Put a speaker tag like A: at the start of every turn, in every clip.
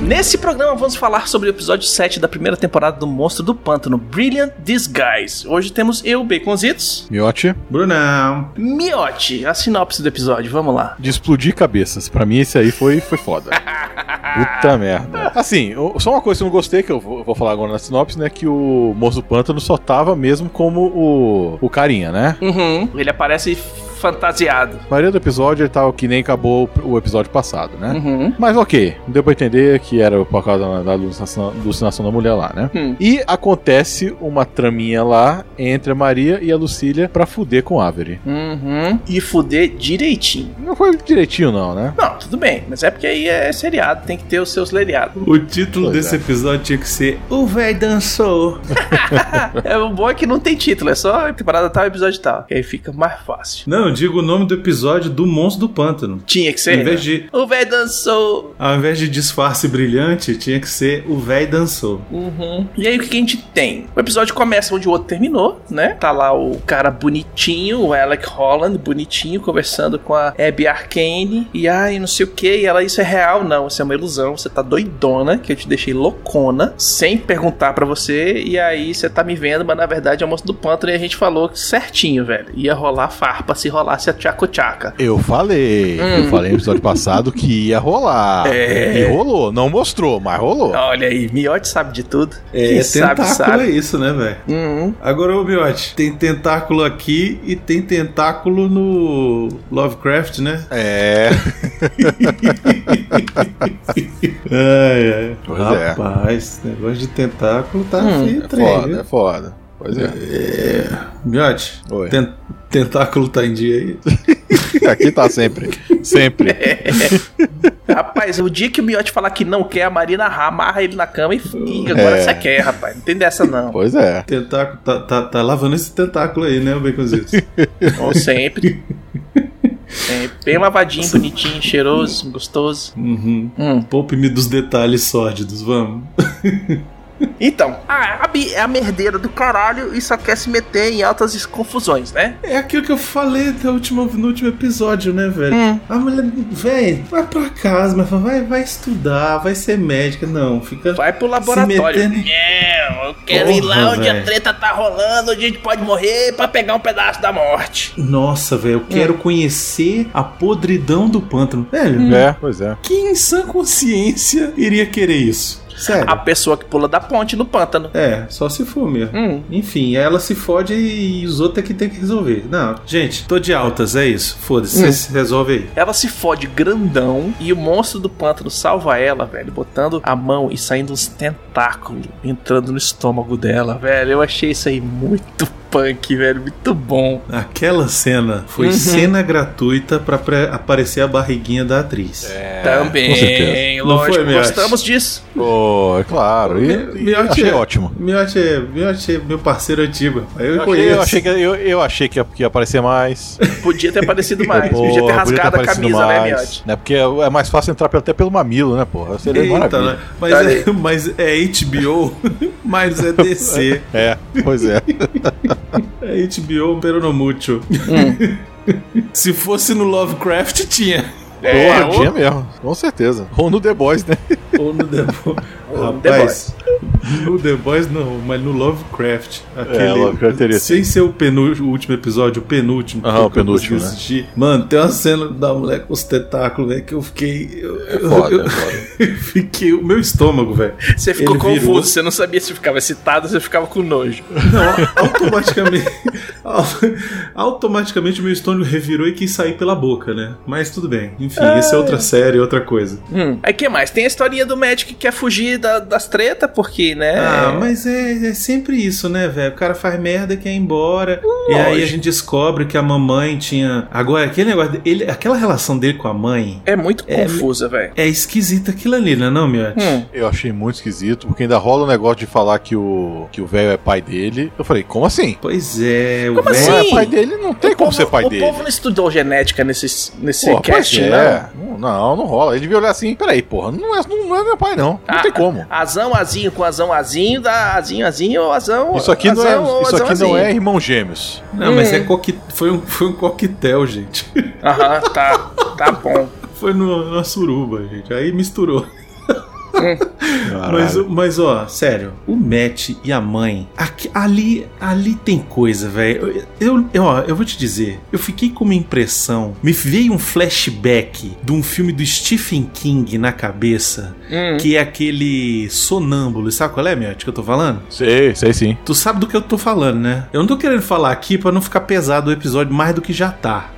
A: Nesse programa vamos falar sobre o episódio 7 da primeira temporada do Monstro do Pântano, Brilliant Disguise. Hoje temos eu, Baconzitos,
B: Miote,
C: Brunão.
A: Miote, a sinopse do episódio, vamos lá.
B: de explodir cabeças. Pra mim, esse aí foi, foi foda. Puta merda. Assim, eu- só uma coisa que eu não gostei, que eu vou, vou falar agora na sinopse, né? Que o Moço do Pântano só tava mesmo como o, o carinha, né?
A: Uhum. Ele aparece fantasiado.
B: A maioria do episódio ele tava que nem acabou o o episódio passado, né?
A: Uhum.
B: Mas ok, deu pra entender que era por causa da alucinação, alucinação da mulher lá, né?
A: Hum.
B: E acontece uma traminha lá entre a Maria e a Lucília pra fuder com a Avery.
A: Uhum. E fuder direitinho.
B: Não foi direitinho, não, né?
A: Não, tudo bem, mas é porque aí é seriado, tem que ter os seus lereados.
C: O título
B: Pois
C: desse
B: é.
C: episódio tinha que ser O Véi Dançou.
A: é, o bom é que não tem título, é só temporada tal, episódio tal. Que aí fica mais fácil.
C: Não, eu digo o nome do episódio do Monstro do Pântano.
A: Tinha que ser.
C: Em
B: é.
A: né?
C: vez de,
A: O velho dançou.
C: ao invés de disfarce brilhante, tinha que ser O Véi Dançou.
A: Uhum. E aí o que que a gente tem? O episódio começa onde o outro terminou, né? Tá lá o cara bonitinho, o Alec Holland, bonitinho, conversando com a Abby Arcane. E ai, não sei o que. E ela, isso é real? Não, isso é uma ilusão. Você tá doidona, que eu te deixei loucona, sem perguntar pra você. E aí você tá me vendo, mas na verdade é o moço do pântano. E a gente falou que certinho, velho. Ia rolar farpa se rolasse a tchaco-tchaca.
B: Eu falei, eu falei no episódio passado que ia rolar.
A: Hum. É.
B: E rolou, não mostrou, mas rolou.
A: Olha aí, Miote sabe de tudo. Quem
C: é
A: sabe,
C: tentáculo é
A: sabe.
C: isso, né, velho?
A: Uhum.
C: Agora, ô Biote, tem tentáculo aqui e tem tentáculo no Lovecraft, né?
B: É.
C: Ai, ai.
B: Pois é.
C: Rapaz, esse negócio de tentáculo tá
A: Hum,
C: feio,
B: É
C: trem,
B: foda,
C: viu?
B: é foda. Pois é.
C: Miote,
B: Oi.
C: ten- tentáculo tá em dia aí?
B: Aqui tá sempre.
A: É.
B: Sempre.
A: Rapaz, o dia que o Miotti falar que não quer, a Marina amarra ele na cama e, e agora
B: É.
A: você quer, rapaz. Não tem dessa, não.
B: Pois é.
C: Tentáculo, tá, tá, tá lavando esse tentáculo aí, né, o Baconzitos?
A: Ou sempre. Sempre. Bem lavadinho, bonitinho, cheiroso, gostoso.
C: uhum.
A: Hum.
C: Poupe-me dos detalhes sórdidos, vamos.
A: Então, a Abby é a merdeira do caralho e só quer se meter em altas confusões, né?
C: É aquilo que eu falei da última, no último episódio, né, velho?
A: Hum.
C: A mulher, velho, vai pra casa, mas fala, vai, vai estudar, vai ser médica. Não, fica.
A: Vai pro laboratório.
C: Se metendo-
A: É, eu quero ir lá
C: Porra,
A: onde a
C: véi.
A: treta tá rolando, onde a gente pode morrer pra pegar um pedaço da morte.
C: Nossa, velho, eu
A: É.
C: quero conhecer a podridão do pântano. Velho,
A: Hum.
B: É, pois é.
C: quem em sã consciência iria querer isso? Sério.
A: A pessoa que pula da ponte no pântano.
C: É, só se for mesmo.
A: Hum.
C: Enfim, ela se fode e os outros é que tem que resolver. Não, gente, tô de altas, é isso. Foda-se,
A: Hum.
C: cês resolve aí.
A: Ela se fode grandão e o monstro do pântano salva ela, velho, botando a mão e saindo uns tentáculos entrando no estômago dela, velho. Eu achei isso aí muito punk, velho, muito bom.
C: Aquela cena foi
A: Uhum.
C: cena gratuita pra pre- aparecer a barriguinha da atriz.
B: É.
A: Também,
B: com certeza.
C: Não
A: lógico,
C: foi, Miotti?
A: Tá? gostamos disso.
B: Pô, é claro. E, e
C: Miote
B: achei
C: é-
B: ótimo.
C: Miotti é, Miotti é meu parceiro antigo. rapaz. Eu,
B: Eu achei,
C: conheço.
B: eu achei que, eu, eu achei que ia, que ia aparecer mais.
A: Podia ter aparecido mais,
B: Pô,
A: Ah, podia ter
B: podia
A: rasgado a
B: aparecido
A: camisa, né,
B: mais,
A: Miotti?
B: né? Porque é mais fácil entrar até pelo mamilo, né, porra? Seria
C: Eita,
B: maravilha. Tá
C: né? mas,
A: Olha
C: é, mas é HBO, mas é DC.
B: É, pois é.
C: É HBO Peronomútil.
A: Hum.
C: Se fosse no Lovecraft, tinha.
A: É,
B: porra,
A: o-
B: tinha mesmo. Com certeza. Ou no The Boys, né?
C: Ou no The Boys.
A: Ou no The
C: Rapaz, no The Boys não, mas no Lovecraft. Aquele,
B: É, Lovecraft teria
C: sem ser o, penú- o último episódio, o penúltimo.
B: Aham,
C: que eu
B: o penúltimo,
C: consegui
B: né?
C: assistir. Mano, tem uma cena da mulher com os tentáculos, velho, que eu fiquei. Eu, eu-
B: É Foda,
C: eu-
B: foda.
C: eu fiquei. O meu estômago, velho.
A: Você ficou
C: Ele
A: confuso,
C: virou.
A: você não sabia se ficava excitado, você ficava com nojo.
C: Não, automaticamente. au- automaticamente o meu estômago revirou e quis sair pela boca, né? Mas tudo bem. Enfim,
A: Ah.
C: essa é outra série, outra coisa.
A: Aí que mais? Tem a historinha do médico que quer fugir da- das tretas, por porque, né?
C: Ah, mas é, é sempre isso, né, velho? O cara faz merda e quer ir embora. E aí a
A: lógico.
C: gente descobre que a mamãe tinha. Agora, aquele negócio. Ele, aquela relação dele com a mãe
A: É muito
C: É,
A: confusa, velho.
C: é esquisita aquilo ali, não é, não, Miotti?
A: Hum.
B: Eu achei muito esquisito, porque ainda rola o negócio de falar que o que o velho é pai dele. Eu falei, como assim?
C: Pois é, o
A: Como
C: velho.
A: assim?
B: Não é pai dele, não tem
A: O
B: como
A: povo-
B: ser pai
A: o
B: dele.
A: povo não estudou genética nesse, nesse né?
B: Porra, pois
A: cast, não.
B: é. não. Não, não rola. Ele devia olhar assim, peraí, porra, não é, não é meu pai, não. Não
A: Ah,
B: tem como.
A: Azão, azinho com azão, azinho, dá azinho, azinho ou azão.
B: Isso aqui, não
A: azão, ou
B: é, isso
A: azão,
B: aqui não é
A: azinho.
B: irmão gêmeos.
C: Não, mas é coqui... foi, um, foi um coquetel, gente.
A: Aham, tá. Tá bom.
C: Foi no, na suruba, gente. Aí misturou. Mas,
B: Caralho.
C: mas, ó, sério, o Matt e a mãe, aqui- ali, ali tem coisa, velho. Eu, eu- ó, eu vou te dizer, eu fiquei com uma impressão, me veio um flashback de um filme do Stephen King na cabeça,
A: Hum.
C: que é aquele sonâmbulo, sabe qual é, Miotti, que eu tô falando?
B: Sei, sei sim.
C: Tu sabe do que eu tô falando, né? Eu não tô querendo falar aqui pra não ficar pesado o episódio mais do que já tá.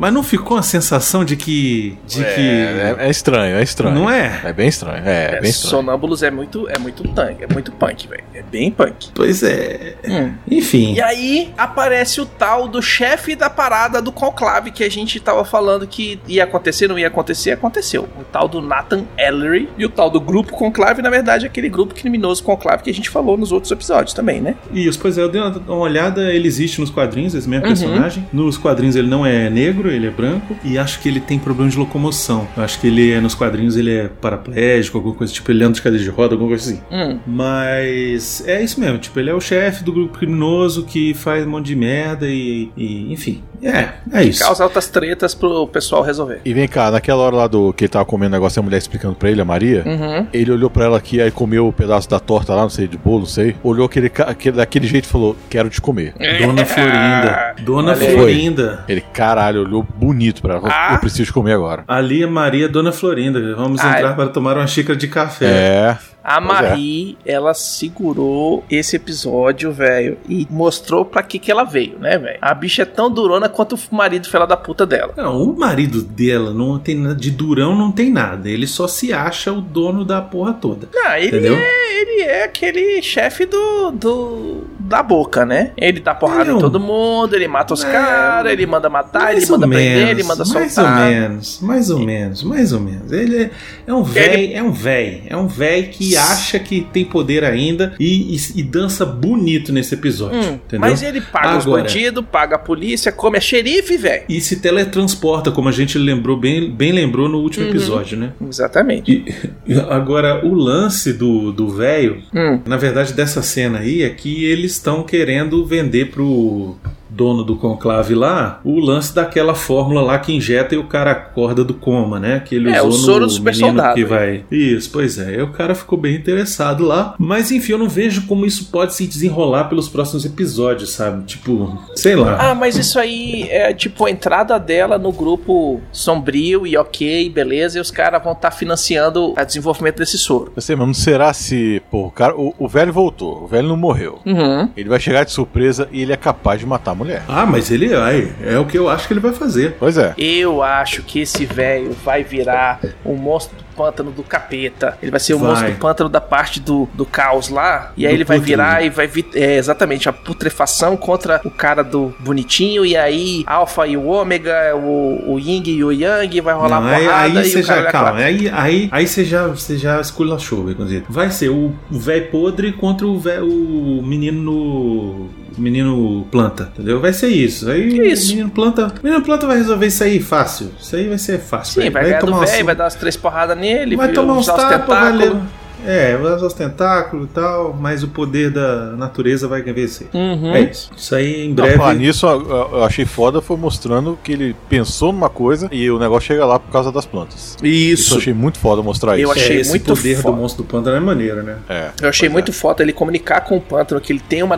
C: Mas não ficou a sensação de que. de
B: É,
C: que.
B: é- é estranho, é estranho.
C: não é?
B: É bem estranho, é,
A: É,
B: bem estranho.
A: sonâmbulos é muito, é muito punk, é muito punk, velho. É bem punk.
C: Pois é.
A: Hum.
C: Enfim.
A: E aí aparece o tal do chefe da parada do conclave que a gente tava falando que ia acontecer, não ia acontecer, aconteceu. O tal do Nathan Ellery e o tal do grupo conclave, na verdade, é aquele grupo criminoso conclave que a gente falou nos outros episódios também, né?
C: Isso, pois é, eu dei uma, uma olhada, ele existe nos quadrinhos, esse mesmo
A: Uhum.
C: personagem. Nos quadrinhos ele não é negro, ele é branco, e acho que ele tem problema de locomoção. Eu acho que ele é, nos quadrinhos ele é paraplégico, alguma coisa, tipo, ele anda de cadeira de roda, alguma coisa assim.
A: Hum.
C: Mas é isso mesmo, tipo, ele é o chefe do grupo criminoso que faz um monte de merda e, e, enfim. É, é isso.
A: Causa altas tretas pro pessoal resolver.
B: E vem cá, naquela hora lá do que ele tava comendo negócio, a mulher explicando pra ele, a Maria,
A: Uhum.
B: ele olhou pra ela aqui, aí comeu o pedaço da torta lá, não sei, de bolo, não sei. Olhou aquele, ca- aquele- daquele jeito e falou, quero te comer.
C: Dona Florinda. Dona
A: Olha
B: aí.
C: Florinda.
B: Ele, caralho, olhou bonito pra ela. falou,
A: Ah.
B: Eu preciso te comer agora.
C: Ali é Maria Dona Florinda. Vamos
A: Ah,
C: entrar para tomar uma xícara de café.
B: É.
A: A
B: Pois é.
A: Marie, ela segurou esse episódio, velho, e mostrou pra que que ela veio, né, velho? A bicha é tão durona quanto o marido fela da puta dela.
C: Não, o marido dela não tem nada de durão, não tem nada. Ele só se acha o dono da porra toda.
A: Não, ele
C: Entendeu?
A: ele é aquele chefe do, do. da boca, né? Ele dá porrada
C: Não.
A: em todo mundo, ele mata os
C: É,
A: caras, ele manda matar, Tá, ele
C: mais ou
A: manda prender,
C: menos,
A: ele manda
C: mais ou
A: soltar.
C: menos, mais ou menos, mais ou menos. Ele é, é um véi, é um véi, é um véi que acha que tem poder ainda e, e- e dança bonito nesse episódio,
A: Hum,
C: entendeu?
A: mas ele paga os
C: Agora.
A: bandidos, paga a polícia, come a xerife, velho.
C: E se teletransporta, como a gente lembrou bem, bem lembrou no último
A: Uhum.
C: episódio, né?
A: Exatamente.
C: Agora, o lance do do véio,
A: Hum.
C: na verdade, dessa cena aí é que eles estão querendo vender pro dono do conclave lá o lance daquela fórmula lá que injeta e o cara acorda do coma, né? Que ele
A: É,
C: usou
A: o soro
C: no
A: do super
C: menino
A: soldado,
C: que
A: né?
C: vai. Isso, pois é. E o cara ficou bem interessado lá. Mas enfim, eu não vejo como isso pode se desenrolar pelos próximos episódios, sabe? Tipo, sei lá.
A: Ah, mas isso aí é tipo a entrada dela no grupo sombrio e ok, beleza, e os caras vão estar financiando o desenvolvimento desse soro.
B: Eu sei, mas não será se. Pô, o, cara, o, o velho voltou, o velho não morreu.
A: Uhum.
B: Ele vai chegar de surpresa e ele é capaz de matar a mulher.
C: Ah, mas ele vai. É o que eu acho que ele vai fazer.
B: Pois é.
A: Eu acho que esse velho vai virar o monstro do pântano do capeta. Ele vai ser o
C: Vai.
A: monstro do pântano da parte do, do caos lá. E aí
C: Do
A: ele vai
C: putre,
A: virar
C: né?
A: e vai vir. É, exatamente, a putrefação contra o cara do bonitinho. E aí, alfa e o ômega, o, o yin e o yang, vai rolar
C: Não, aí-
A: porrada
C: aí
A: e
C: você
A: o cara
C: já,
A: vai
C: calma, aí, aí, aí você já, você já esculachou, velho, quando diz. Vai ser o velho podre contra o véio, o menino no- o menino planta, entendeu? Vai ser isso. Aí
A: Que isso?
C: o menino planta, o menino planta vai resolver isso aí fácil. Isso aí vai ser fácil.
A: Sim,
C: velho.
A: vai, ganhar do
C: tomar
A: velho,
C: uns-
A: vai dar umas três porradas nele,
C: vai
A: viu,
C: tomar uns
A: usar os
C: tapas, vai
A: tentáculos.
C: ler. É, vai usar os tentáculos e tal, mas o poder da natureza vai vencer.
A: Uhum.
C: É isso. Isso aí em
B: Não, falar
C: breve.
B: nisso, eu- eu eu achei foda, foi mostrando que ele pensou numa coisa e o negócio chega lá por causa das plantas. Isso eu achei muito foda mostrar
A: Eu
B: isso.
A: achei-
C: é, esse
A: muito
C: poder
A: foda.
C: do monstro do pântano é maneiro, né?
B: É.
A: Eu achei
B: Pois
A: muito foda ele comunicar com o pântano que ele tem uma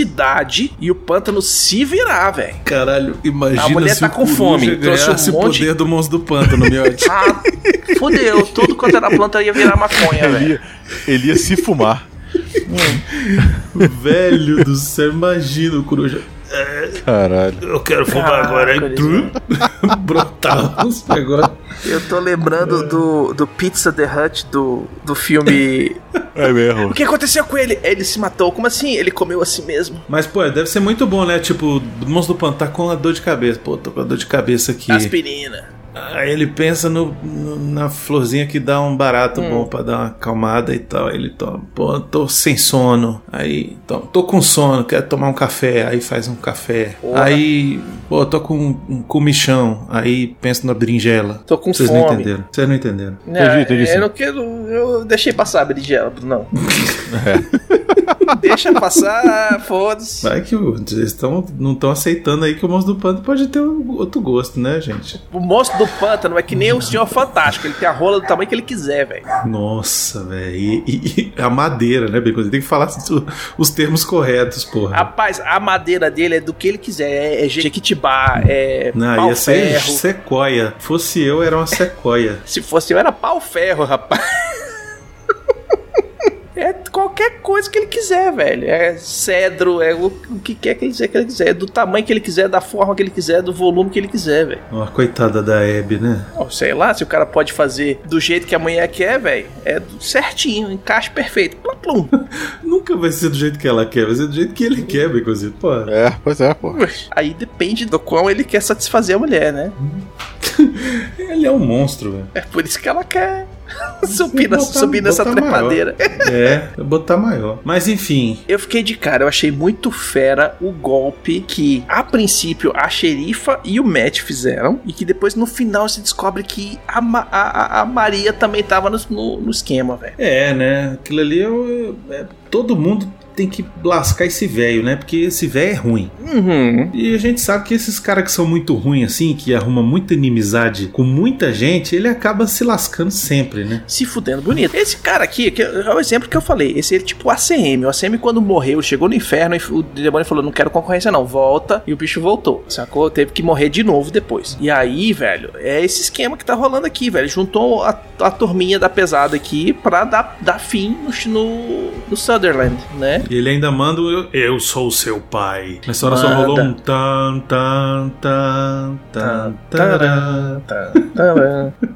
A: necessidade e o pântano se virar, velho.
C: Caralho, imagina
A: A mulher
C: se
A: tá
C: o
A: com
C: Coruja
A: fome, trouxe
C: ganhasse
A: um
C: o
A: monte-
C: poder do monstro do pântano, Tipo, miote.
A: Ah, fudeu, tudo quanto era planta ia virar maconha,
B: Ele
A: velho.
B: ia, ele ia se fumar.
C: Velho do céu, imagina o Coruja.
B: Caralho.
C: Eu quero fumar
A: Caraca,
C: agora, hein?
A: eles-
C: Tru. brotar uns negócios.
A: Eu tô lembrando do, do Pizza The Hut do, do filme.
B: É mesmo.
A: o que aconteceu com ele? Ele se matou. Como assim? Ele comeu assim mesmo.
C: Mas, pô, deve ser muito bom, né? Tipo, monstro do pântano tá com a dor de cabeça. Pô, tô com a dor de cabeça aqui.
A: Aspirina.
C: Aí ele pensa no, no- na florzinha que dá um barato
A: Hum.
C: bom pra dar uma acalmada e tal. Aí ele toma, pô, tô sem sono. Aí, então, tô com sono, quero tomar um café. Aí faz um café.
A: Porra.
C: Aí, pô, tô com um, um comichão. Aí pensa na berinjela.
A: Tô com
C: Vocês
A: fome.
C: não entenderam. Vocês não entenderam.
A: Não,
B: Entendi, entendi, sim.
A: eu não quero. Eu deixei passar a berinjela, não. Deixa passar, foda-se.
C: Vai que o- vocês tão, não estão aceitando aí que o monstro do pano pode ter um- outro gosto, né, gente?
A: O monstro do pântano é que nem o senhor fantástico. Ele tem a rola do tamanho que ele quiser, velho.
C: É. Nossa, velho. E, e- e a madeira, né, Bacon? Você tem que falar os- os termos corretos, porra.
A: Rapaz, a madeira dele é do que ele quiser. É, é jequitibá, é
C: Não,
A: pau
C: ia ser
A: ferro.
C: sequoia. Fosse eu, era uma sequoia.
A: Se fosse eu, era pau ferro, rapaz. É qualquer coisa que ele quiser, velho. É cedro, é o, o que quer que ele quiser, que ele quiser. É do tamanho que ele quiser, da forma que ele quiser, do volume que ele quiser, velho.
C: Uma coitada da Abby, né?
A: Não, sei lá, se o cara pode fazer do jeito que a mulher quer, velho, é do- certinho, encaixe perfeito. Plum, plum.
C: Nunca vai ser do jeito que ela quer, vai ser do jeito que ele quer, Baconzinho. Pô,
B: É, pois é, pô.
A: Aí depende do quão ele quer satisfazer a mulher, né?
C: ele é um monstro, velho.
A: É por isso que ela quer subir, na-
C: Botar-
A: subir nessa
C: botar maior.
A: trepadeira.
C: É, vou botar maior. Mas enfim,
A: Eu fiquei de cara, eu achei muito fera o golpe que, a princípio, a xerifa e o Matt fizeram. E que depois, no final, se descobre que a, Ma- a- a- a Maria também tava no, no- no esquema, velho.
C: é, né? Aquilo ali é, o- é- Todo mundo tem que lascar esse velho, né? Porque esse velho é ruim.
A: Uhum.
C: E a gente sabe que esses caras que são muito ruins, assim, que arrumam muita inimizade com muita gente, ele acaba se lascando sempre, né?
A: Se fudendo bonito. Esse cara aqui, que é o exemplo que eu falei. Esse é tipo o ACM. O ACM, quando morreu, chegou no inferno e o demônio falou: não quero concorrência, não. Volta. E o bicho voltou. Sacou? Teve que morrer de novo depois. E aí, velho, é esse esquema que tá rolando aqui, velho. Juntou a, a turminha da pesada aqui pra dar, dar fim no, no, no Sutherland, né?
C: E ele ainda manda o eu, eu sou o seu pai. Nessa hora só
A: Manda.
C: rolou um tan tan tan tan tará.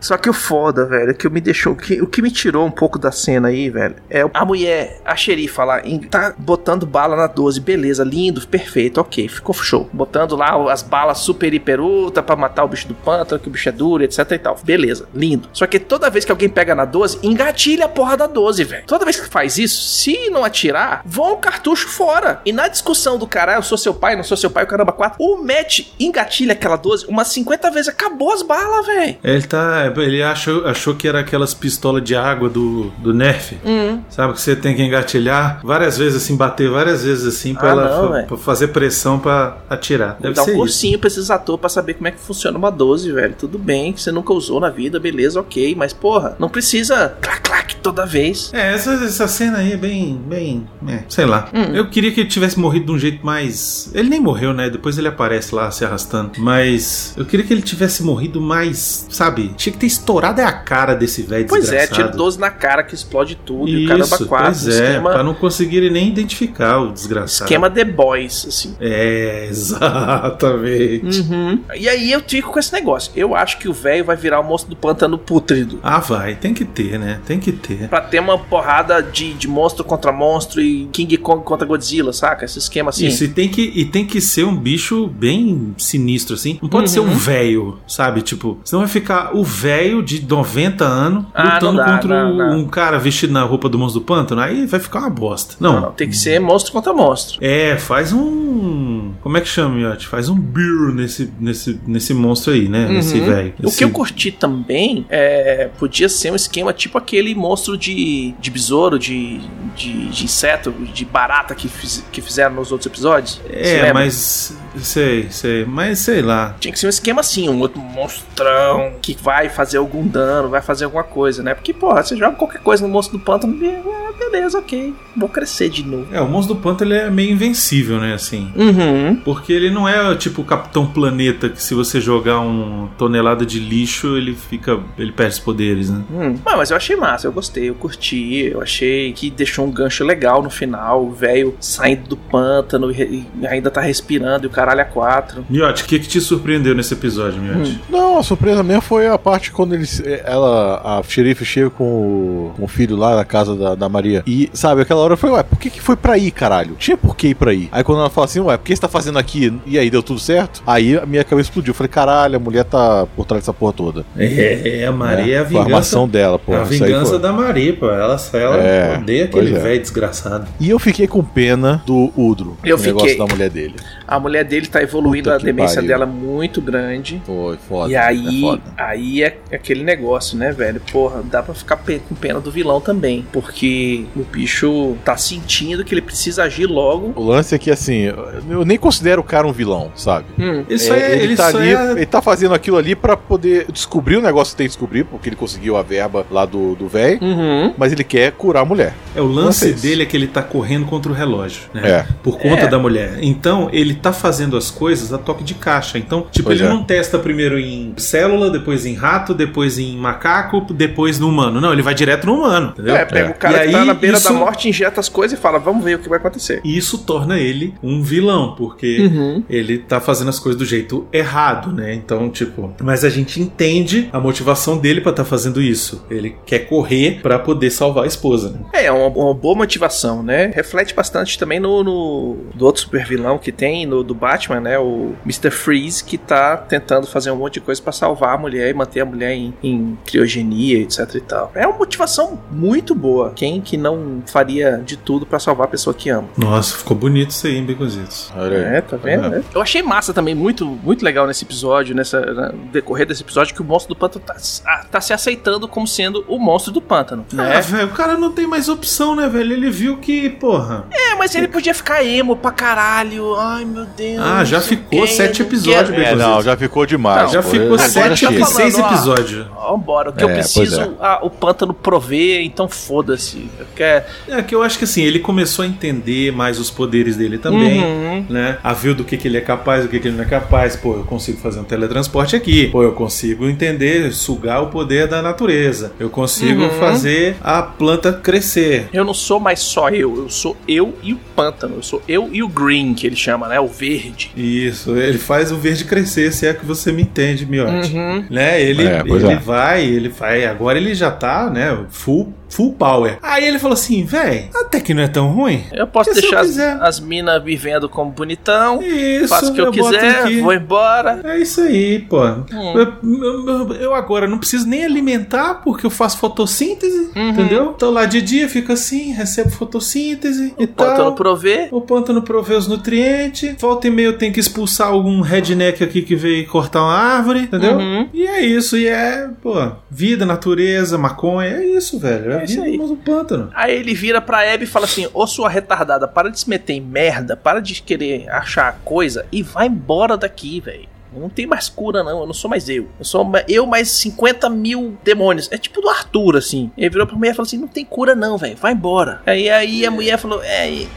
A: Só que o foda, velho, é que me deixou. o Que, o que me tirou um pouco da cena aí, velho, é a mulher, a xerifa lá, em- tá botando bala na 12, beleza, lindo, perfeito, ok, ficou show. Botando lá as balas super hiper ultra pra matar o bicho do pântano, que o bicho é duro, etc e tal. Beleza, lindo. Só que toda vez que alguém pega na 12, engatilha a porra da 12, velho. Toda vez que faz isso, se não atirar, vão o cartucho fora. E na discussão do cara, "Ah, eu sou seu pai, não sou seu pai, o caramba, quatro, o match engatilha aquela 12 umas 50 vezes, acabou as balas, velho.
C: Ele tá. Ele achou, achou que era aquelas pistolas de água do, do Nerf.
A: Hum.
C: Sabe que você tem que engatilhar várias vezes assim, bater várias vezes assim pra,
A: Ah,
C: ela
A: não,
C: fa-
A: velho.
C: pra fazer pressão pra atirar. Deve
A: Dá um
C: ser isso.
A: cursinho pra esses atores pra saber como é que funciona uma 12, velho. Tudo bem, que você nunca usou na vida, beleza, ok. Mas, porra, não precisa clac, clac toda vez.
C: É, essa, essa cena aí é bem. bem. é, sei lá.
A: Hum.
C: Eu queria que ele tivesse morrido de um jeito mais. Ele nem morreu, né? Depois ele aparece lá se arrastando. Mas eu queria que ele tivesse morrido mais. Sabe? Tinha que ter estourado é a cara desse velho
A: Pois é,
C: desgraçado.
A: tira 12 na cara que explode tudo e o caramba
C: Isso,
A: 4.
C: pois é, pra
A: esquema,
C: não conseguirem nem identificar o desgraçado.
A: esquema The Boys, assim.
C: É, exatamente.
A: Hum. E aí eu fico com esse negócio. Eu acho que o velho vai virar o monstro do pântano pútrido.
C: Ah, vai, tem que ter, né? Tem que ter.
A: Pra ter uma porrada de, de monstro contra monstro e King Kong contra Godzilla, saca? Esse esquema assim.
C: Isso, e tem, que, e tem que ser um bicho bem sinistro, assim. Não pode ser
A: Uhum.
C: um velho, sabe? Tipo, senão vai ficar o velho de 90 anos
A: Ah,
C: lutando
A: não dá,
C: contra
A: não, não.
C: um cara vestido na roupa do monstro do pântano. Aí vai ficar uma bosta. Não.
A: Não, não, tem que ser monstro contra monstro.
C: É, faz um. Como é que chama, Yacht? Faz um beer nesse, nesse, nesse monstro aí, né? Nesse
A: Uhum.
C: velho.
A: O
C: Esse-
A: que eu curti também é, podia ser um esquema tipo aquele monstro de, de besouro, de, de, de inseto, de barata que, fiz- que fizeram nos outros episódios. Você
C: É,
A: lembra?
C: mas. Sei, sei. Mas sei lá.
A: Tinha que ser um esquema assim, um outro monstrão que vai fazer algum dano, vai fazer alguma coisa, né? Porque, porra, você joga qualquer coisa no monstro do pântano, é beleza, ok. Vou crescer de novo.
C: É, o monstro do pântano ele é meio invencível, né, assim.
A: Uhum.
C: Porque ele não é tipo o Capitão Planeta que se você jogar um tonelada de lixo, ele fica, ele perde os poderes, né?
A: Hum. Ah, mas eu achei massa, eu gostei, eu curti, eu achei que deixou um gancho legal no final, o velho saindo do pântano e re- e ainda tá respirando e o caralho a quatro.
C: Miotti, o que, que te surpreendeu nesse episódio, Miotti?
B: Não, a surpresa mesmo foi a parte quando eles, eh, ela, a xerife chega com o, com o filho lá na casa da, da Maria. E, sabe, aquela hora eu falei, ué, por que, que foi pra aí, caralho? Tinha por que ir pra aí? Aí quando ela fala assim, ué, por que você tá fazendo aqui? E aí, deu tudo certo? Aí a minha cabeça explodiu. Eu falei, caralho, a mulher tá por trás dessa porra toda.
C: É, é, a Maria é,
B: Né?
C: a
B: Foi
C: vingança. é
B: armação dela, porra.
C: a
B: Isso aí
C: vingança
B: foi-
C: da Maria, pô. Ela, ela
B: É,
C: odeia
B: pois
C: aquele
B: é.
C: velho desgraçado.
B: E eu fiquei com pena do Udro.
A: Eu
B: o negócio
A: fiquei.
B: da mulher dele.
A: A mulher dele tá evoluindo,
B: Puta
A: a
B: que
A: demência
B: pariu.
A: dela é muito grande.
B: Foi foda.
A: E
B: É
A: aí,
B: foda.
A: aí é aquele negócio, né, velho? Porra, dá pra ficar pe- com pena do vilão também. Porque o bicho tá sentindo que ele precisa agir logo.
B: O lance é que, assim, eu nem considero o cara um vilão, sabe?
A: Hum.
C: Isso
B: É,
C: é,
B: ele,
C: ele
B: tá
C: só
B: ali,
C: é-
B: ele tá fazendo aquilo ali pra poder descobrir o negócio que tem que descobrir, porque ele conseguiu a verba lá do do velho,
A: Uhum.
B: mas ele quer curar a mulher.
C: É, o lance
B: Vocês.
C: dele é que ele tá correndo contra o relógio, né?
B: É.
C: Por conta
A: É.
C: da mulher. Então, ele tá fazendo as coisas a toque de caixa. Então, tipo,
B: Pois
C: ele
B: é.
C: não testa primeiro em célula, depois em rato, depois em macaco, depois no humano. Não, ele vai direto no humano, entendeu?
A: É, pega
B: É.
A: o cara
C: E
A: que tá
C: aí,
A: na beira
C: isso-
A: da morte, injeta as coisas e fala, vamos ver o que vai acontecer.
C: E isso torna ele um vilão, porque
A: Uhum.
C: ele tá fazendo as coisas do jeito errado, né? Então, tipo, mas a gente entende a motivação dele pra tá fazendo isso. Ele quer correr pra poder salvar a esposa, né?
A: É, é uma, uma boa motivação, né? Reflete bastante também no, no- do outro super vilão que tem, no, do Batman, né? O Mr. Freeze, que tá tentando fazer um monte de coisa pra salvar a mulher e manter a mulher em, em criogenia, etc e tal. É uma motivação muito boa. Quem que não faria de tudo pra salvar a pessoa que ama?
C: Nossa, ficou bonito isso aí, hein, Baconzitos?
B: Olha aí.
A: É, tá vendo?
B: É.
A: né? Eu achei massa também, muito, muito legal nesse episódio, nessa, na- no decorrer desse episódio, que o monstro do pântano tá, ah, tá se aceitando como sendo o monstro do pântano, né?
C: Ah, velho, o cara não tem mais opção, né, velho? Ele viu que, porra.
A: É, mas ele podia ficar emo pra caralho. Ai, meu Deus.
C: Ah, já
A: não sei
C: ficou
A: quem,
C: sete
A: eu não
C: episódios,
A: quero.
B: É,
C: Baconzitos.
B: não, já ficou demais.
C: Ah, já
B: pô.
C: ficou
B: Agora
C: sete,
B: chega.
A: tá falando,
C: seis
A: ó.
C: episódios.
A: Vambora, o que eu
B: É,
A: preciso,
B: pois
A: ah, o pântano prover, então foda-se. Eu quero.
C: É que eu acho que assim, ele começou a entender mais os poderes dele também.
A: Uhum.
C: Né? A ver do que, que ele é capaz, do que, que ele não é capaz. Pô, eu consigo fazer um teletransporte aqui. Pô, eu consigo entender, sugar o poder da natureza. Eu consigo
A: Uhum.
C: fazer a planta crescer.
A: Eu não sou mais só eu, eu sou eu e o pântano. Eu sou eu e o green, que ele chama, né? O verde.
C: Isso, ele faz o verde crescer, se é que você me entende, Miotti.
A: Uhum.
C: Né? Ele,
B: É, pois
C: ele
B: é.
C: vai, ele vai. Agora ele já tá, né? Full, full power. Aí ele falou assim, véi, até que não é tão ruim.
A: Eu posso
C: E se eu
A: deixar as,
C: quiser?
A: as minas vivendo como bonitão,
C: Isso,
A: faço o que eu,
C: boto aqui.
A: quiser, vou embora.
C: É isso aí, pô.
A: Hum.
C: Eu, eu- eu agora não preciso nem alimentar porque eu faço fotossíntese,
A: Uhum.
C: entendeu? Tô lá de dia, fico assim, recebo fotossíntese e
A: O pântano
C: tal.
A: prover.
C: O pântano provê os nutrientes. Volta e meia eu tenho que expulsar algum redneck aqui que veio cortar uma árvore, entendeu?
A: Uhum.
C: E é isso, e é, pô, vida, natureza, maconha, é isso, velho. É,
A: É
C: a
A: isso
C: vida
A: aí.
C: do mundo pântano.
A: Aí ele vira pra Abby e fala assim: Ô sua retardada, para de se meter em merda, para de querer achar a coisa e vai embora daqui, velho. Não tem mais cura, não. Eu não sou mais eu. Eu sou ma- eu mais 50 mil demônios. É tipo do Arthur, assim. Ele virou pra mulher e falou assim: não tem cura, não, velho. Vai embora. Aí, aí a mulher falou: é, e-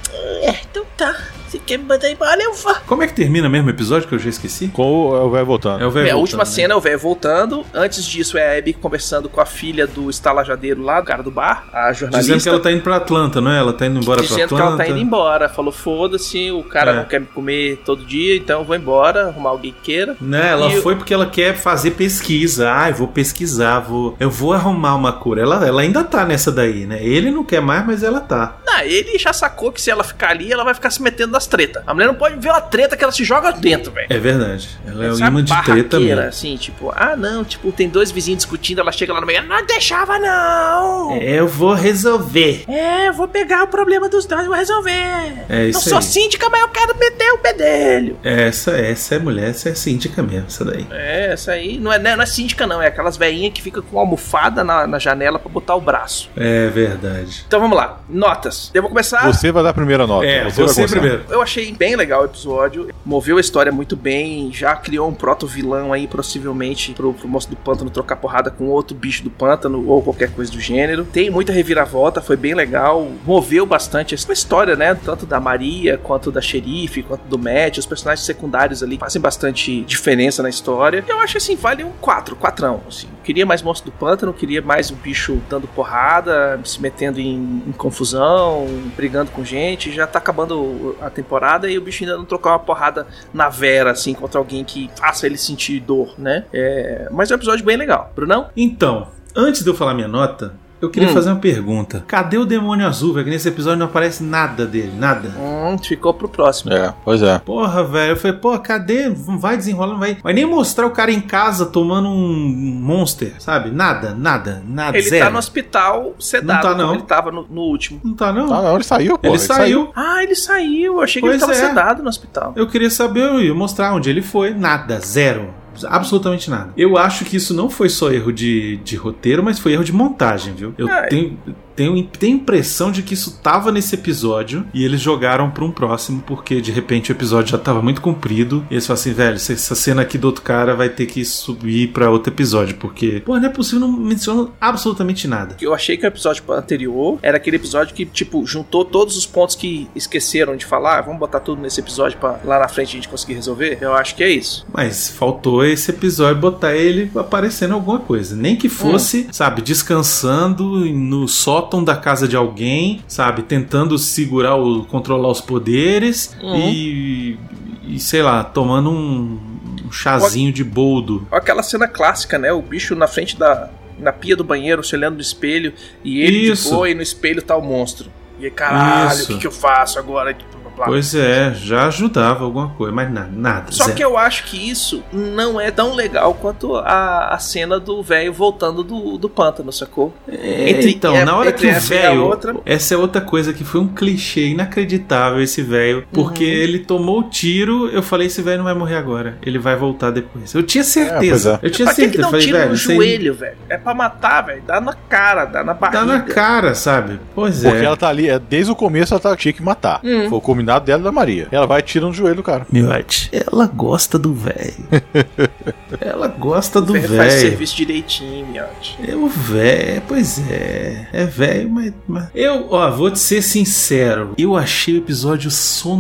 A: é, então tá. Você quer me mandar embora? Eu vou.
C: Como é que termina mesmo o episódio que eu já esqueci?
B: Com o vai voltando.
C: o velho
A: É, a
C: voltando,
A: última
C: né?
A: cena é o velho voltando. Antes disso é a Abby conversando com a filha do estalajadeiro lá, do cara do bar, a jornalista.
C: Dizendo que ela tá indo pra Atlanta, não é? Ela tá indo embora pra
A: dizendo que
C: Atlanta.
A: ela tá indo embora. Falou, foda-se, o cara
C: É.
A: não quer me comer todo dia, então eu vou embora, arrumar alguém que queira.
C: Né, ela
A: E o-
C: foi porque ela quer fazer pesquisa. Ah, eu vou pesquisar, vou, eu vou arrumar uma cura. Ela, ela ainda tá nessa daí, né? Ele não quer mais, mas ela tá.
A: Não, Ah, ele já sacou que se ela ficar ali, ela vai ficar se metendo nas tretas. A mulher não pode ver uma treta que ela se joga dentro, velho.
C: É verdade. Ela é um
A: Essa
C: imã de treta
A: barraqueira,
C: mesmo.
A: assim, tipo, ah não, tipo, tem dois vizinhos discutindo, ela chega lá no meio, não deixava não! É.
C: Eu vou resolver.
A: eu vou pegar o problema dos dois e vou resolver.
C: É
A: não
C: isso
A: sou assim.
C: aí.
A: síndica, mas eu quero meter o pedelho.
C: Essa, essa é mulher, essa é síndica mesmo, essa daí.
A: É, essa aí não é, não é síndica, não. É aquelas velhinhas que fica com almofada na, na janela pra botar o braço.
C: É verdade.
A: Então vamos lá, notas. Eu vou começar.
B: Você vai dar a primeira nota.
C: É,
B: vai
C: você
B: começar.
C: primeiro.
A: Eu achei bem legal o episódio. Moveu a história muito bem. Já criou um proto-vilão aí, possivelmente, pro, pro moço do pântano trocar porrada com outro bicho do pântano ou qualquer coisa do gênero. Tem muita reviravolta, foi bem legal. Moveu bastante a história, né? Tanto da Maria, quanto da xerife, quanto do Matt. Os personagens secundários ali fazem bastante diferença na história. Eu acho assim, vale um 4, 4 assim. Queria mais monstro do pântano, queria mais um bicho dando porrada, se metendo em, em confusão, brigando com gente. Já tá acabando a temporada e o bicho ainda não trocar uma porrada na Vera, assim, contra alguém que faça ele sentir dor, né? É, mas é um episódio bem legal. Brunão?
C: Então, antes de eu falar minha nota, eu queria
A: Hum.
C: fazer uma pergunta. Cadê o demônio azul, velho? Que nesse episódio não aparece nada dele, nada.
A: Hum, ficou pro próximo.
B: É, pois é.
C: Porra, velho. Eu falei, pô, cadê? Não vai desenrolar, não vai. Vai nem mostrar o cara em casa tomando um monster, sabe? Nada, nada, nada.
A: Ele
C: Ah, zero.
A: tá no hospital sedado,
C: Não tá,
A: como
C: não.
A: ele tava no, no último.
C: Não tá, não.
B: Ah, não, ele saiu, pô.
C: ele, saiu.
A: Ah, ele saiu. Eu achei que ele
C: Pois
A: tava
C: é.
A: sedado no hospital.
C: Eu queria saber, eu ia mostrar onde ele foi. Nada, zero. Absolutamente nada. Eu acho que isso não foi só erro de, de roteiro, mas foi erro de montagem, viu? Eu
A: É.
C: tenho, tenho, tenho impressão de que isso tava nesse episódio e eles jogaram pra um próximo, porque de repente o episódio já tava muito comprido. E eles falaram assim, velho, essa- essa cena aqui do outro cara vai ter que subir pra outro episódio, porque, pô, não é possível, não mencionam absolutamente nada.
A: Eu achei que o episódio anterior era aquele episódio que, tipo, juntou todos os pontos que esqueceram de falar. "Ah, Vamos botar tudo nesse episódio pra lá na frente a gente conseguir resolver. Eu acho que é isso.
C: Mas faltou esse episódio botar ele aparecendo alguma coisa. Nem que fosse,
A: É.
C: sabe, descansando no sótão da casa de alguém, sabe, tentando segurar o. controlar os poderes
A: Hum.
C: e. e sei lá, tomando um, um chazinho de boldo.
A: Aquela cena clássica, né? O bicho na frente da. na pia do banheiro, se olhando no espelho, e ele de
C: Isso.
A: boa e no espelho tá o monstro. E aí, caralho, o
C: Isso.
A: que, que eu faço agora? E tipo, blá, blá, blá.
C: Pois é, já ajudava alguma coisa, mas nada, nada.
A: Só
C: zero.
A: que eu acho que isso não é tão legal quanto a, a cena do velho voltando do, do pântano, sacou?
C: É,
A: Entre-
C: então,
A: é,
C: na hora
A: entre
C: que o
A: essa e a
C: velho.
A: outra-
C: Essa é outra coisa que foi um clichê inacreditável esse velho. Porque
A: Uhum.
C: ele tomou o tiro, eu falei: esse velho não vai morrer agora. Ele vai voltar depois. Eu tinha certeza.
B: É,
C: Eu tinha
A: pra que, que
C: certeza.
A: dá
C: Eu
A: um
C: falei,
A: tiro
C: velho,
A: no
C: isso aí
A: joelho, velho? É pra matar, velho. Dá na cara, dá na barriga.
C: Tá na cara, sabe? Pois
B: Porque
C: é.
B: ela tá ali, é, desde o começo ela tá, tinha que matar.
A: Hum.
B: Foi o combinado dela e da Maria. Ela vai tirando o joelho do cara.
C: Miote, ela gosta do velho. ela gosta do
A: O velho faz
C: velho.
A: serviço direitinho, miote.
C: É o velho, pois é. É velho, mas, mas- Eu, ó, vou te ser sincero. Eu achei o episódio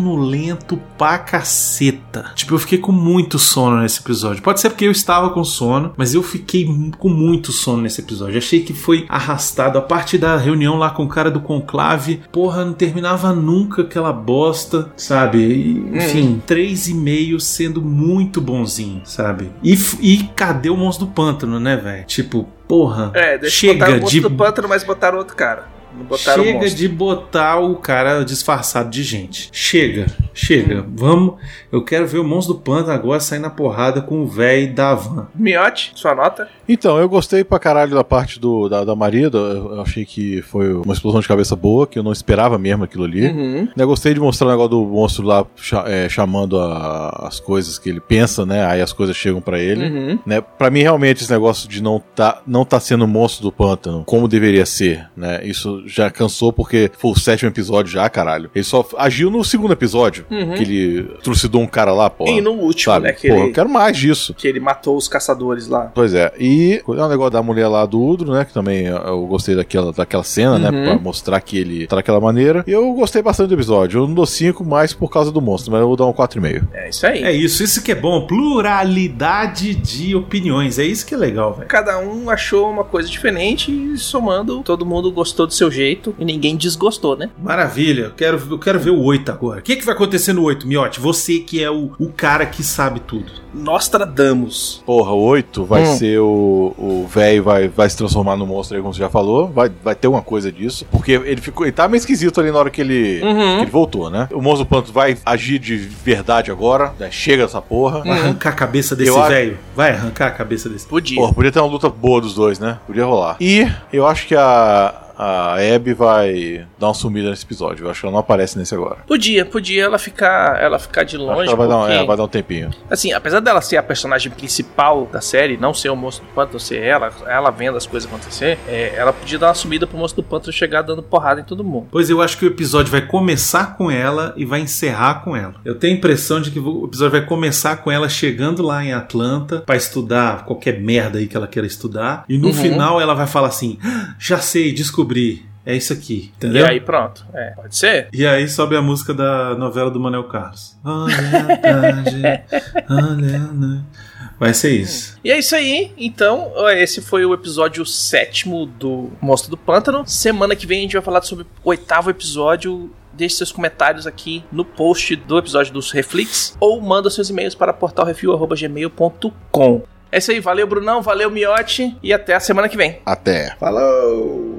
C: sonolento pra caceta. Tipo, eu fiquei com muito sono nesse episódio. Pode ser porque eu estava com sono, mas eu fiquei mu- com muito sono nesse episódio. Achei que foi arrastado. A parte da reunião lá com o cara do conclave, porra, não terminava nunca aquela bosta, sabe? E, enfim, três e meio sendo muito bonzinho, sabe? E, f- e cadê o monstro do pântano, né, velho? Tipo, porra.
A: É, deixa eu botar o
C: chega
A: monstro
C: de
A: do pântano, mas botaram outro cara. Não botaram o
C: Chega
A: monstro.
C: de botar o cara disfarçado de gente. Chega, chega.
A: Hum.
C: Vamos. Eu quero ver o monstro do pântano agora sair na porrada com o velho da van.
A: Miote, sua nota?
B: Então, eu gostei pra caralho da parte do, da, da Maria. do- eu achei que foi uma explosão de cabeça boa, que eu não esperava mesmo aquilo ali.
A: Uhum.
B: Eu gostei de mostrar o negócio do monstro lá cha- é, chamando a- as coisas que ele pensa, né? Aí as coisas chegam pra ele.
A: Uhum.
B: Né? Para mim, realmente, esse negócio de não tá, não tá sendo um monstro do pântano como deveria ser, né? Isso já cansou porque foi o sétimo episódio já, caralho. Ele só agiu no segundo episódio,
A: Uhlum.
B: que ele trucidou um cara lá, porra.
A: uhum. E no último,
B: sabe?
A: né? Que,
B: Porra, eu
A: ele,
B: quero mais disso.
A: que ele matou os caçadores lá.
B: Pois é, e é o negócio da mulher lá do Udro, né? Que também eu gostei daquela, daquela cena, né?
A: Uhum.
B: Pra mostrar que ele tá daquela maneira. Eu gostei bastante do episódio. Eu não dou 5 mais por causa do monstro, mas eu vou dar um 4,5.
A: É isso aí.
C: É isso, isso que é bom. Pluralidade de opiniões. É isso que é legal, velho.
A: Cada um achou uma coisa diferente e somando, todo mundo gostou do seu jeito e ninguém desgostou, né?
C: Maravilha, eu quero, eu quero ver o 8 agora. O que, que vai acontecer no 8, Miote? Você que é o, o cara que sabe tudo.
A: Nostradamus.
B: Porra, o 8 vai
A: Hum.
B: ser o. O velho vai, vai se transformar no monstro aí, como você já falou. Vai, vai ter uma coisa disso. Porque ele ficou. Ele tá meio esquisito ali na hora que ele. que
A: Uhum.
B: ele voltou, né? O monstro do Panto vai agir de verdade agora. né? Chega dessa porra.
A: Uhum.
C: Vai arrancar a cabeça desse
B: Eu acho-
C: velho. Vai arrancar a cabeça desse.
A: Podia.
B: Porra, podia ter uma luta boa dos dois, né? Podia rolar. E eu acho que a. a Abby vai dar uma sumida nesse episódio. Eu acho que ela não aparece nesse agora.
A: Podia, podia ela ficar, ela ficar de
B: Acho que
A: longe.
B: ela vai dar, um,
A: porque-
B: é, vai dar um tempinho.
A: Assim, apesar dela ser a personagem principal da série, não ser o moço do pântano, ser ela, ela vendo as coisas acontecer, é, ela podia dar uma sumida pro moço do pântano chegar dando porrada em todo mundo.
C: Pois eu acho que o episódio vai começar com ela e vai encerrar com ela. Eu tenho a impressão de que o episódio vai começar com ela chegando lá em Atlanta pra estudar qualquer merda aí que ela queira estudar. E no
A: Uhum.
C: final ela vai falar assim: "Ah, já sei, descobri. É isso aqui. Entendeu?
A: E aí pronto. É, pode ser?
C: E aí sobe a música da novela do Manuel Carlos. Olha a tarde, olha a noite. Vai ser isso.
A: E é isso aí. Então, esse foi o episódio sétimo do Monstro do Pântano. Semana que vem a gente vai falar sobre o oitavo episódio. Deixe seus comentários aqui no post do episódio dos Reflex ou manda seus e-mails para portalrefil.gmail.com. É isso aí. Valeu, Brunão. Valeu, Miote. E até a semana que vem.
B: Até.
D: Falou!